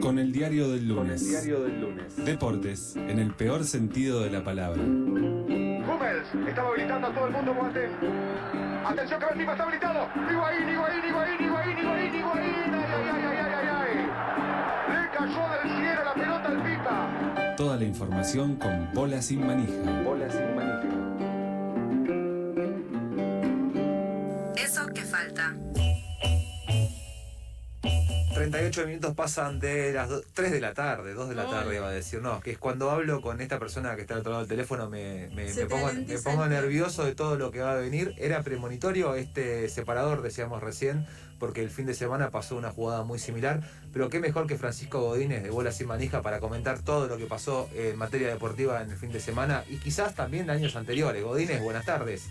Con el diario del Con el lunes. diario del lunes. Deportes, en el peor sentido de la palabra. Hummels estaba habilitando a todo el mundo como antes. Atención que Benzema está habilitado. Higuaín, Higuaín, Higuaín, Higuaín, Higuaín, Higuaín. Ay, ay, ay, ay, ay, ay, ay. Le cayó del cielo la pelota al Pita. Toda la información con bola sin manija. Bola sin manija. Eso que falta. 38 minutos pasan de las 3 de la tarde, 2 de la tarde iba a decir, no, que es cuando hablo con esta persona que está al otro lado del teléfono me, me- me Se te pongo, ralentiza me el pongo tiempo. nervioso de todo lo que va a venir. Era premonitorio este separador, decíamos recién, porque el fin de semana pasó una jugada muy similar, pero qué mejor que Francisco Godínez de Bola Sin Manija para comentar todo lo que pasó en materia deportiva en el fin de semana y quizás también de años anteriores. Godínez, buenas tardes.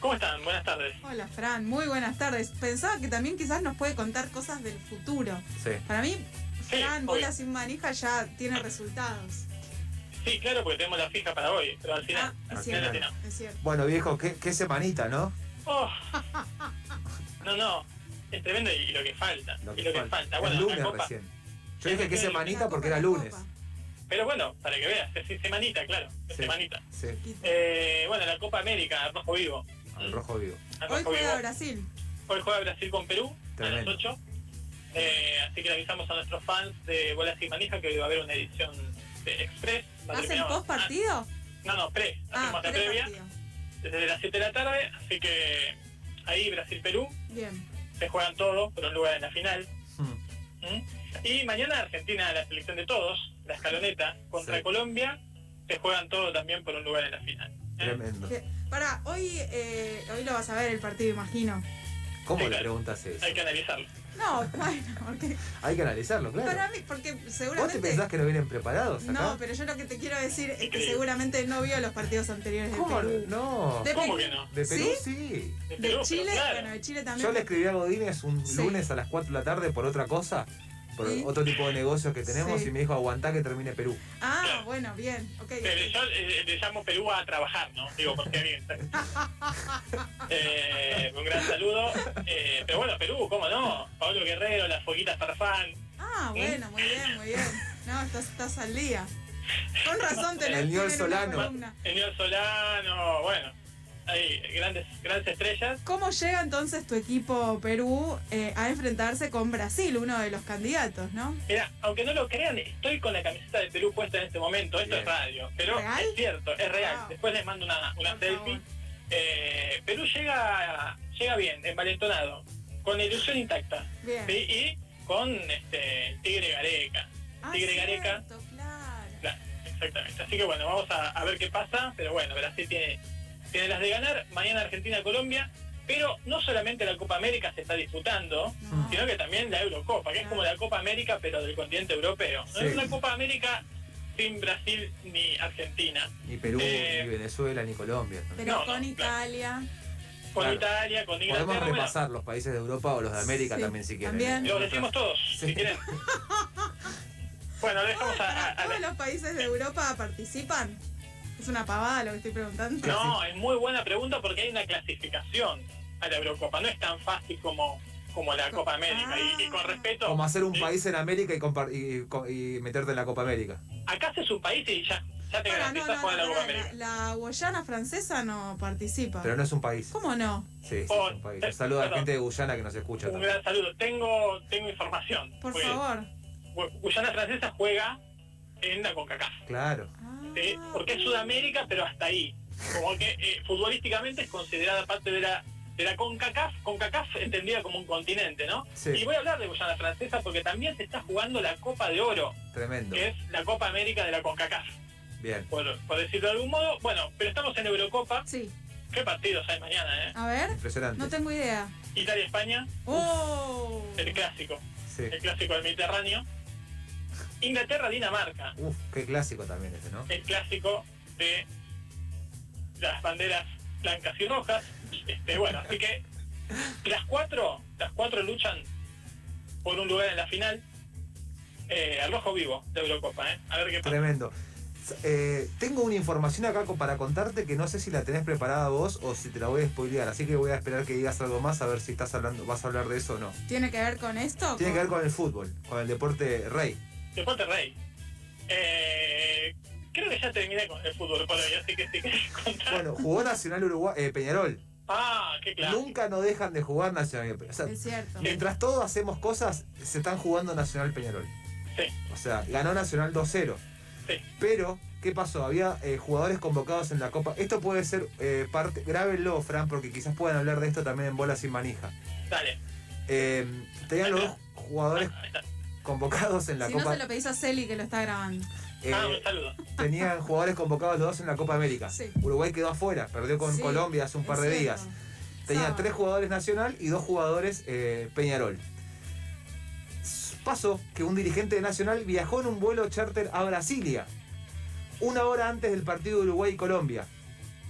¿Cómo están? Buenas tardes. Hola Fran, muy buenas tardes. Pensaba que también quizás nos puede contar cosas del futuro. Sí. Para mí, Fran, obvio. bola sin manija ya tiene resultados. Sí, claro, porque tenemos la fija para hoy, pero al final, Ah, al es final cierto, la tenemos. es cierto. Bueno viejo, qué, qué semanita, ¿no? Ah. Oh. No, no, es tremendo y lo que falta. y lo que falta. Es Bueno, la lunes copa. recién. Yo dije que Sí, semanita La porque era Copa de la lunes. Copa. Pero bueno, para que veas, es semanita, claro, es Sí. semanita. Sí, Eh, bueno, la Copa América, al rojo vivo. al rojo vivo. Al Hoy rojo vivo. juega Brasil. Hoy juega Brasil con Perú Tremendo. a las 8. Eh, así que le avisamos a nuestros fans de Bola Sin Manija que hoy va a haber una edición de Express. Va a ¿Hacen terminar- post partido? Ah, no, no, pre. Ah, Hacemos la pre previa partido. desde las 7 de la tarde. Así que ahí Brasil-Perú. Bien. se juegan todos por un lugar en la final. Hmm. ¿m? Y mañana Argentina, la selección de todos, la escaloneta, contra Sí. Colombia, se juegan todos también por un lugar en la final. ¿eh? Tremendo. Que- Para, hoy, eh, hoy lo vas a ver el partido, imagino. ¿Cómo Sí, le claro. preguntas eso? Hay que analizarlo. No, bueno, porque Hay que analizarlo, para claro. mí, porque ¿Vos te pensás seguramente. que no vienen preparados No, acá? pero yo lo que te quiero decir es que Increíble. seguramente no vio los partidos anteriores de ¿Cómo? Perú. No. De- ¿Cómo que no? De Perú ¿Sí? sí. De De Perú, Chile, pero claro. bueno, de Chile Yo también. le escribí a Godínez un Sí. lunes a las 4 de la tarde por otra cosa, por Sí. otro tipo de negocios que tenemos Sí. y me dijo aguantá que termine Perú. Ah, bueno, bien, ok. Pero yo eh, le llamo Perú a trabajar, ¿no? Digo, porque bien. Eh, un gran saludo. Eh, pero bueno, Perú, ¿cómo no? Pablo Guerrero, las foguitas Farfán. Ah, ¿eh? bueno, muy bien, muy bien. No, estás, estás al día. Con razón tenés El tener Niol una Solano. columna. Señor Solano, bueno. Hay grandes, grandes estrellas. ¿Cómo llega entonces tu equipo Perú eh, a enfrentarse con Brasil, uno de los candidatos, no? Mira, aunque no lo crean, estoy con la camiseta de Perú puesta en este momento. Esto Bien. es radio, pero ¿Real? es cierto, es real. Wow. Después les mando una, una Por selfie. favor. Eh, Perú llega llega bien, envalentonado, con la ilusión intacta Bien. ¿sí? y con este Tigre Gareca. Ah, Tigre Gareca. cierto, claro. Claro, exactamente. Así que bueno, vamos a, a ver qué pasa, pero bueno, Brasil tiene, tiene las de ganar. Mañana Argentina-Colombia, pero no solamente la Copa América se está disputando, Mm. No. sino que también la Eurocopa, que es como la Copa América pero del continente europeo. No Sí. es una Copa América sin Brasil ni Argentina, Ni Perú, Eh, ni Venezuela, ni Colombia. Pero No, no, con claro. Italia. con Claro. Italia, con Podemos Inglaterra. bueno, repasar los países de Europa o los de América Sí, también si quieren. ¿eh? también. En lo otras- decimos todos, Sí. si quieren. Bueno, dejamos a, a- Para, a ¿Todos la- los países de Europa participan? Es una pavada lo que estoy preguntando. No, es muy buena pregunta porque hay una clasificación a la Eurocopa. No es tan fácil como, como la Copa América. Y, y con respeto... Como hacer un sí, país en América y, compar- y co- y meterte en la Copa América. Acá haces un país y ya, ya te Pará, no, garantizas no, jugar a la no, Copa pará, América. la, la Guayana francesa no participa. Pero no es un país. ¿Cómo no? Sí, sí, Ah. Oh, es un eh, país. Saluda a la perdón. gente de Guyana que nos escucha Un también. gran saludo. Tengo, tengo información. Por Porque favor. Gu- Guyana Francesa juega en la CONCACAF. Claro. ¿sí? Ah, Porque es Sudamérica, pero hasta ahí. Como que eh, futbolísticamente es considerada parte de la, de la CONCACAF, CONCACAF entendida como un continente, ¿no? Sí. Y voy a hablar de Guyana Francesa porque también se está jugando la Copa de Oro, Tremendo. que es la Copa América de la CONCACAF, Bien. por, por decirlo de algún modo. Bueno, pero estamos en Eurocopa. Sí. ¿Qué partidos hay mañana, eh? A ver, no Impresionante. tengo idea. Italia-España, ¡Oh! el clásico, Sí. el clásico del Mediterráneo. Inglaterra-Dinamarca, Uf, qué clásico también este, ¿no? el clásico de las banderas blancas y rojas. Este, bueno, así que las cuatro, las cuatro luchan por un lugar en la final. Eh, al rojo vivo de Eurocopa, ¿eh? A ver qué pasa. Tremendo. Eh, tengo una información acá co- para contarte que no sé si la tenés preparada vos o si te la voy a spoilear, así que voy a esperar que digas algo más a ver si estás hablando, vas a hablar de eso o no. ¿Tiene que ver con esto? Tiene que ver con el fútbol, con el deporte rey. Deporte Rey. Eh, creo que ya terminé con el fútbol por hoy, así que si querés contar. Bueno, jugó Nacional Uruguay, eh, Peñarol. Ah, qué claro. Nunca no dejan de jugar Nacional. O sea, Es cierto. mientras todos hacemos cosas, se están jugando Nacional Peñarol. Sí. O sea, ganó Nacional 2-0. Sí. Pero, ¿qué pasó? Había eh, jugadores convocados en la Copa. Esto puede ser eh, parte. Grábenlo, Fran, porque quizás puedan hablar de esto también en bola sin manija. Dale. Eh, tenían los dos jugadores Ah, ahí está. convocados en la si no Copa. se lo pedís a Celi que lo está grabando. eh, Ah, un saludo. tenían jugadores convocados los dos en la Copa América. Sí. Uruguay quedó afuera, perdió con Sí, Colombia hace un par es de días. cierto. Tenía Sábado. tres jugadores Nacional y dos jugadores eh, Peñarol. S- Pasó que un dirigente de Nacional viajó en un vuelo charter a Brasilia, una hora antes del partido de Uruguay-Colombia,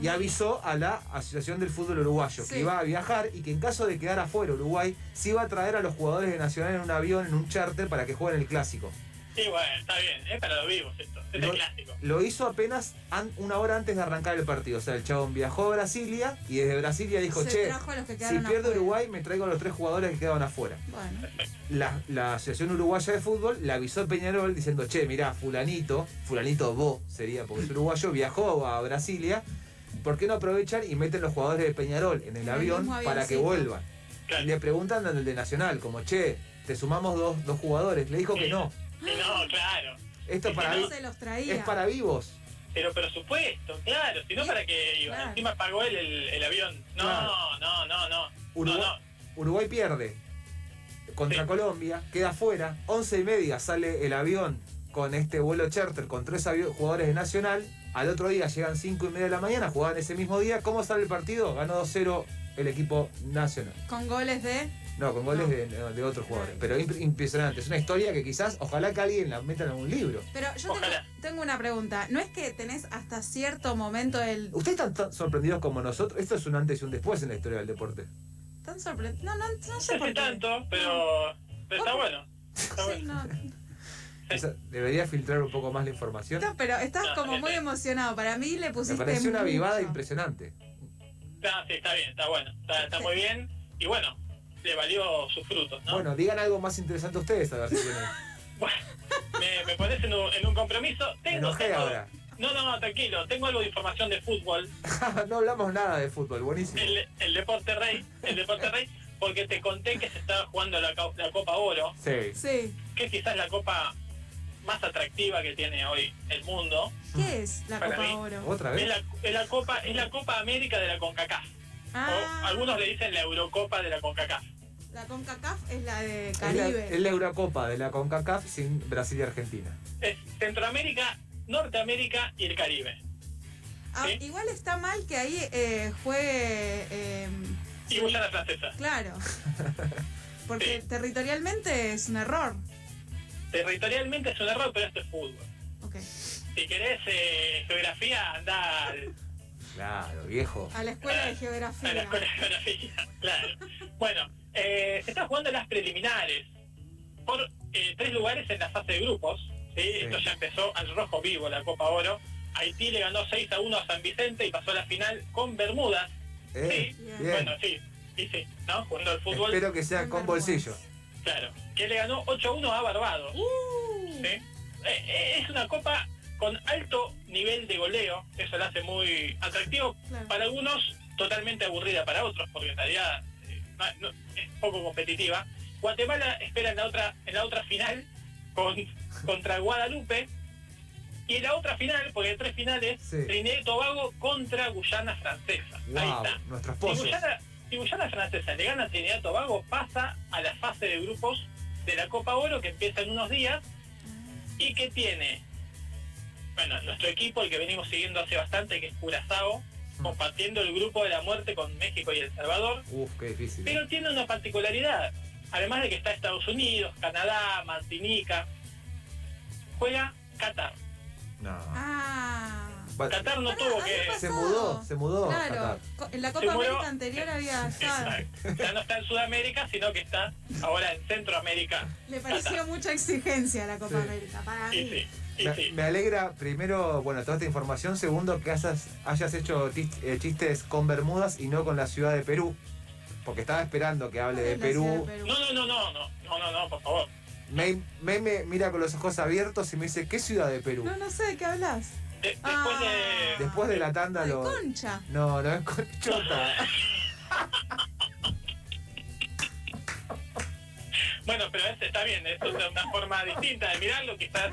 y avisó a la Asociación del Fútbol Uruguayo Sí. que iba a viajar y que en caso de quedar afuera Uruguay, se iba a traer a los jugadores de Nacional en un avión, en un charter, para que jueguen el clásico. Sí, bueno, está bien. Es para los vivos esto. Este Lo- es clásico. Lo hizo apenas an- una hora antes de arrancar el partido. O sea, el chabón viajó a Brasilia y desde Brasilia dijo, Se che, trajo a los que si quedaron pierde afuera". Uruguay me traigo a los tres jugadores que quedaban afuera. Bueno, La, la Asociación Uruguaya de Fútbol le avisó a Peñarol diciendo, che, mirá, fulanito, fulanito vos sería porque es uruguayo, viajó a Brasilia, ¿por qué no aprovechan y meten los jugadores de Peñarol en el En el avión mismo para que avioncito. vuelvan? Y Claro. le preguntan al de Nacional, como, che, te sumamos dos, dos jugadores. Le dijo que no. Y no, claro. Esto Y para si mí no se los traía. es para vivos. Pero presupuesto, claro. Si no, ¿para qué iba? Claro. Encima pagó él el, el avión. No, Claro. no, no, no. Uruguay- No, no. Uruguay pierde contra Sí. Colombia, queda fuera, 11 y media sale el avión con este vuelo charter con tres avio- jugadores de Nacional, al otro día llegan 5 y media de la mañana, jugaban ese mismo día, ¿cómo sale el partido? Ganó 2-0 el equipo nacional. con goles de. No, con goles No. de, de otros jugadores, pero imp- impresionante, es una historia que quizás, ojalá que alguien la meta en algún libro. Pero yo tengo, Ojalá. tengo una pregunta. ¿No es que tenés hasta cierto momento el. ¿Ustedes están tan sorprendidos como nosotros? Esto es un antes y un después en la historia del deporte. tan sorprendido? No, no, no No sé por sé qué. tanto, pero, pero está bueno. Está Sí, bueno. no. Esa- debería filtrar un poco más la información. No, pero estás como muy emocionado. Para mí le Me pusiste. pareció una mucho. vivada impresionante. Ah, sí, está bien, está bueno. Está, está muy bien. Y bueno, le valió sus frutos, ¿no? Bueno, digan algo más interesante ustedes, a ver si tienen. Me, me pones en un, en un compromiso. Me Tengo, enojé tengo- ahora. No, no, no, tranquilo. Tengo algo de información de fútbol. no hablamos nada de fútbol, buenísimo. El, el deporte rey. El deporte rey. Porque te conté que se estaba jugando la, co- la Copa Oro, Sí. Sí. que es quizás la copa más atractiva que tiene hoy el mundo. ¿Qué es la Para Copa mí. Oro? ¿Otra Es vez? la, es la copa es la Copa América de la CONCACAF. O algunos le dicen la Eurocopa de la CONCACAF. Ah, la CONCACAF es la de Es la, Caribe. es la Eurocopa de la CONCACAF sin Brasil y Argentina. Es Centroamérica, Norteamérica y el Caribe. Ah, ¿sí? Igual está mal que ahí eh, juegue. em, Y Guyana Francesa. claro. Porque Sí. territorialmente es un error. Territorialmente es un error, pero esto es fútbol. Ok. Si querés eh, geografía, anda al- Claro, viejo. A la escuela de a la geografía. escuela de geografía, claro. Bueno, eh, se están jugando las preliminares por eh, tres lugares en la fase de grupos. ¿sí? Esto ya empezó al rojo vivo la Copa Oro. Haití le ganó 6 a 1 a San Vicente y pasó a la final con Bermudas. Eh, Sí, Bien. bien. Bueno, sí, y sí, ¿no? Jugando al fútbol, Espero que sea con bolsillo. claro. Que le ganó 8 a 1 a Barbados. ¿sí? Eh, eh, es una copa con alto nivel de goleo. Eso la hace muy atractivo Claro. para algunos totalmente aburrida para otros, porque en realidad eh, no- no- es poco competitiva. Guatemala espera en la otra, en la otra final con, contra Guadalupe. Y en la otra final, porque hay tres finales, Sí. Trinidad y Tobago contra Guyana Francesa. Ahí Wow, está. nuestros Si pozos. Guyana, si Guyana Francesa le gana a Trinidad y Tobago, pasa a la fase de grupos de la Copa Oro que empieza en unos días y que tiene, bueno, nuestro equipo, el que venimos siguiendo hace bastante, que es Curazao, Mm. compartiendo el grupo de la muerte con México y El Salvador, Uf, qué difícil. pero tiene una particularidad, además de que está Estados Unidos, Canadá, Martinica, juega Qatar. ¿eh? No. Ah. Va- Qatar no Pará, tuvo ahí que. pasó. se mudó, se mudó. Claro, Qatar. co- en la Se Copa mudó. América anterior había estado. Exacto. Ya no está en Sudamérica, sino que está ahora en Centroamérica. Le pareció mucha exigencia a la Copa Sí. América para Y mí. sí, y Me, sí. me alegra, primero, bueno, toda esta información. Segundo, que hayas, hayas hecho tis- eh, chistes con Bermudas y no con la ciudad de Perú. Porque estaba esperando que hable de En la ciudad Perú. No, no, no, no, no, no, no, no, por favor. May, May me mira con los ojos abiertos y me dice, ¿qué ciudad de Perú? No, no sé de qué hablas. De- después Ah. de. Después de la tanda De lo... concha. No, no es conchota. Bueno, pero este está bien, esto es una forma distinta de mirarlo, quizás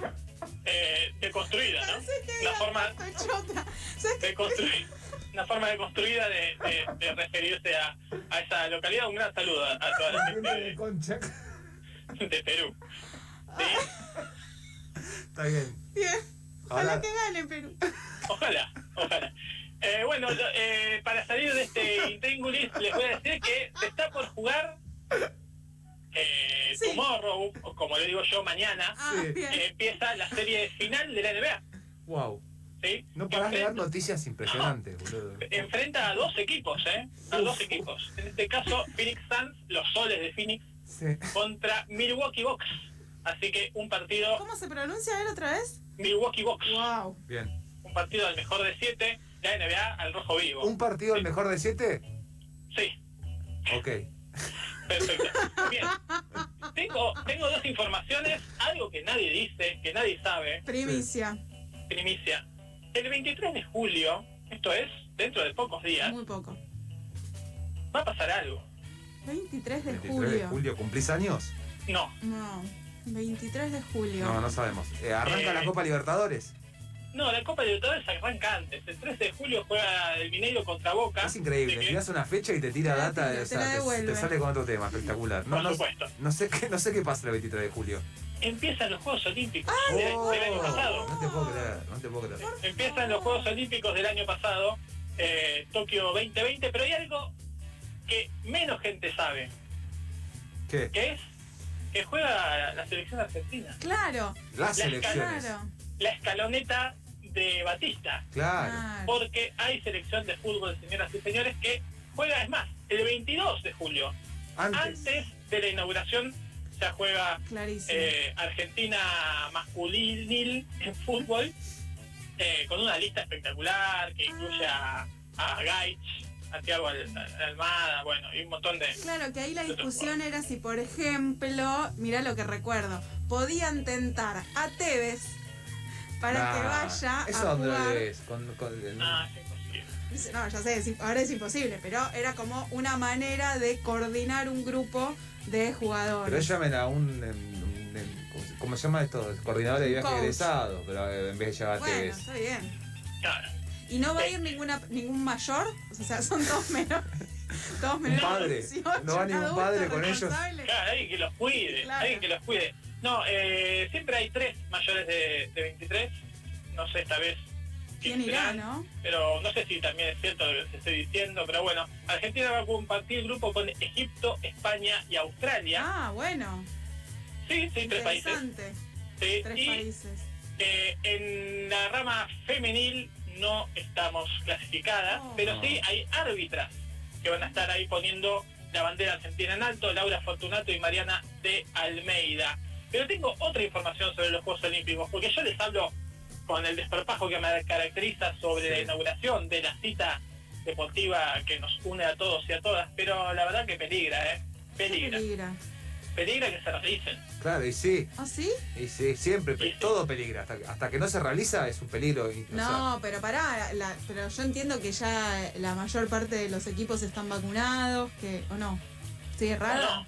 eh, deconstruida, ¿no? Pensé que "Ah, La era forma conchota. ¿Sabes qué? deconstruida. Una forma deconstruida de, de, de referirse a, a esa localidad. Un gran saludo a, a toda la gente de, concha. de Perú. Sí, Está bien. Bien. Ojalá Ahora- que gane Perú. ojalá, ojalá. Eh, bueno, yo, eh, para salir de este intríngulis, les voy a decir que se está por jugar eh, Sí. tomorrow, o como le digo yo, mañana, Ah, Sí. bien. eh, empieza la serie final de la NBA. Wow. ¿sí? No parás de dar Enfrenta- noticias impresionantes, boludo. enfrenta a dos equipos, ¿eh? A dos equipos. En este caso, Phoenix Suns, los soles de Phoenix, Sí. contra Milwaukee Bucks. Así que un partido ¿Cómo se pronuncia a ver otra vez? Milwaukee Bucks, Wow. Bien. un partido al mejor de siete, la NBA al rojo vivo. ¿Un partido el mejor de siete? Sí, Ok. perfecto. Bien. Tengo, tengo dos informaciones, algo que nadie dice, que nadie sabe, Primicia. primicia. El 23 de julio, esto es dentro de pocos días, Muy poco. va a pasar algo. 23 de 23 de julio. julio, ¿cumplís años? No, No. 23 de julio. No, no sabemos. Eh, arranca Eh. la Copa Libertadores. No, la Copa Libertadores arranca antes. El 13 de julio juega el Mineiro contra Boca. Es increíble. Así que, Tirás una fecha y te tira Te la data. tira, o te sea, la te- te, devuelve. sale con otro tema espectacular. No, Por no, supuesto. no sé qué, no sé qué pasa el 23 de julio. Empiezan los Juegos Olímpicos Ah, de- del, Oh, año pasado. no te puedo creer, no te puedo creer. Empiezan los Juegos Olímpicos del año pasado, eh, Tokio 2020, pero hay algo que menos gente sabe, ¿Qué? que es que juega la selección argentina. Claro, Las La elecciones. claro. La escaloneta de Batista, Claro. claro. porque hay selección de fútbol, señoras y señores, que juega, es más, el 22 de julio, Antes. antes de la inauguración, ya juega Clarísimo. eh, Argentina masculinil en fútbol, eh, con una lista espectacular que incluye a, a Gaich, a Thiago Al- Al- Almada, bueno, y un montón de... Claro, que ahí la discusión era si, por ejemplo, mirá lo que recuerdo, podían tentar a Tevez para Nah, que vaya ¿Eso a dónde lo jugar. ves? Con, con el- Ah, es imposible. Dice, No, ya sé, es im- ahora es imposible, pero era como una manera de coordinar un grupo de Pero jugadores. llamen a un. em, em, ¿cómo se- ¿Cómo se llama esto? Coordinador de viaje Coach. egresado. Pero eh, en vez de llevar a bueno, TVs. está bien. Claro. ¿Y no va a ir ninguna, ningún mayor? O sea, son dos menores. Dos menores. de padre. 18, No va ningún adultos padre con ellos. responsables. Claro, alguien que los cuide, Claro. alguien que los cuide. No, eh, siempre hay tres mayores de, de 23, no sé esta vez ¿Quién irá, serán, no? pero no sé si también es cierto lo que estoy diciendo, pero bueno, Argentina va a compartir grupo con Egipto, España y Australia. Ah, bueno. Sí, sí, tres países. Interesante. Sí, Tres y países. Eh, en la rama femenil no estamos clasificadas, Oh. pero sí hay árbitras que van a estar ahí poniendo la bandera argentina en alto, Laura Fortunato y Mariana de Almeida. Pero tengo otra información sobre los Juegos Olímpicos, porque yo les hablo con el desparpajo que me caracteriza sobre Sí. la inauguración de la cita deportiva que nos une a todos y a todas, pero la verdad que peligra, ¿eh? Peligra. Peligra. Peligra que se realicen. Claro, y sí. ¿Ah, sí? Y sí, siempre, pe- todo peligra. Hasta, hasta que no se realiza es un peligro. y- o sea, No, pero pará, la- pero yo entiendo que ya la mayor parte de los equipos están vacunados, que o no. ¿Estoy Ah, No, raro?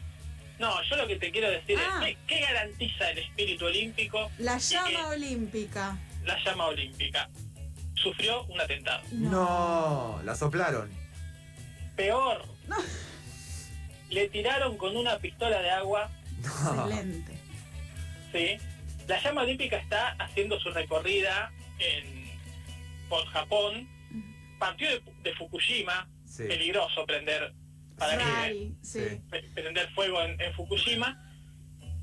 no, yo lo que te quiero decir Ah. es, ¿qué, qué garantiza el espíritu olímpico La Sí. llama olímpica. la llama olímpica? Sufrió un atentado. No, la soplaron. Peor, No. le tiraron con una pistola de agua, Ah. Excelente. ¿sí? La llama olímpica está haciendo su recorrida en, por Japón, partió de, de Fukushima, Sí. peligroso prender para Sí. que Ray, sí. Sí. prender fuego en, en Fukushima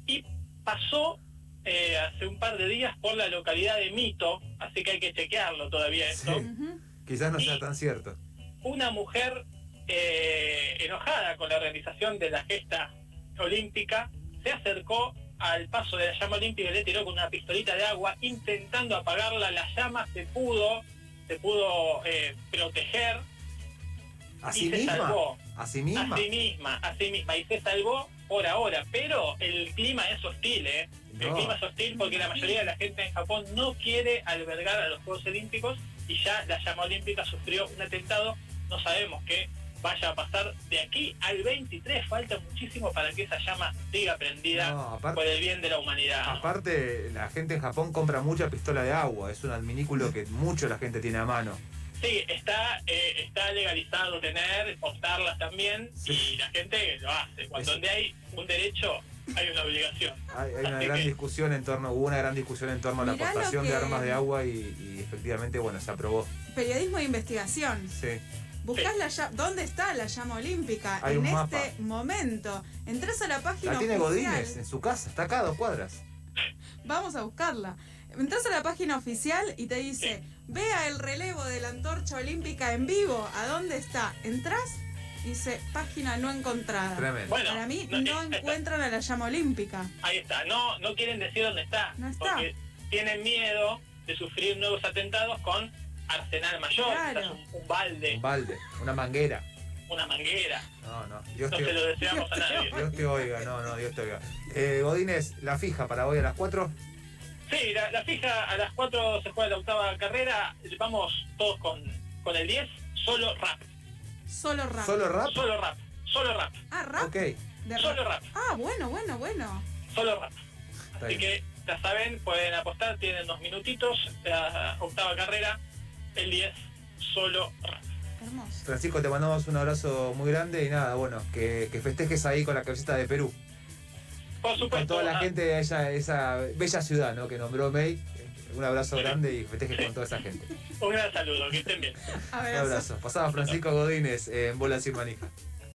y pasó eh, hace un par de días por la localidad de Mito, así que hay que chequearlo todavía ¿eh? esto. Sí. Quizás no sea tan cierto. Una mujer eh, enojada con la organización de la gesta olímpica se acercó al paso de la llama olímpica y le tiró con una pistolita de agua intentando apagarla. La llama se pudo, se pudo eh, proteger ¿A y sí se misma? salvó. ¿A sí misma? A sí misma, a sí misma. Y se salvó por ahora. Pero el clima es hostil, ¿eh? El No. clima es hostil porque la mayoría de la gente en Japón no quiere albergar a los Juegos Olímpicos y ya la llama olímpica sufrió un atentado. No sabemos qué vaya a pasar de aquí al 23. Falta muchísimo para que esa llama siga prendida No, aparte, por el bien de la humanidad. aparte, la gente en Japón compra mucha pistola de agua. Es un adminículo que mucho la gente tiene a mano. Sí, está, eh, está legalizado tener, optarlas también, Sí. y la gente lo hace. Cuando Es- donde hay un derecho, hay una obligación. Hay, hay una Así gran que- discusión en torno, hubo una gran discusión en torno a la Mirá lo aportación que- de armas de agua y, y efectivamente, bueno, se aprobó. Periodismo de investigación. Sí. Buscás la llama. ¿Dónde está la llama olímpica? Hay en un este mapa. momento. Entrás a la página La tiene oficial. Godínez eh. en su casa, está acá a dos cuadras. Vamos a buscarla. Entras a la página oficial y te dice, vea el relevo de la antorcha olímpica en vivo. ¿A dónde está? Entrás, dice, página no encontrada. Tremendo. Bueno, Para mí no, no eh, está- encuentran a la llama olímpica. Ahí está, no, no quieren decir dónde está, No está. porque tienen miedo de sufrir nuevos atentados con arsenal mayor, Claro. quizás un, un balde, Un balde, una manguera. una manguera, No, no. Dios no se te, lo deseamos a nadie. Dios te oiga, no, no, Dios te oiga. Eh, Godínez, la fija para hoy a las 4. Sí, la, la fija a las 4 se juega la octava carrera, vamos todos con, con el 10, solo rap, Solo rap. ¿Solo rap? solo rap, solo rap, Ah, rap. Ok. de rap. solo rap, Ah, bueno, bueno, bueno. solo rap. Está Así bien. que ya saben, pueden apostar, tienen unos minutitos, la octava carrera, el 10, solo rap. Hermoso. Francisco, te mandamos un abrazo muy grande y nada, bueno, que, que festejes ahí con la camiseta de Perú. Por Con supuesto, toda la ah, gente de esa, esa bella ciudad ¿no? que nombró May. Un abrazo grande y festejes con toda esa gente. un gran saludo, que estén bien. A Un ver, abrazo. Pasaba Francisco Godínez eh, en Bola Sin Manija.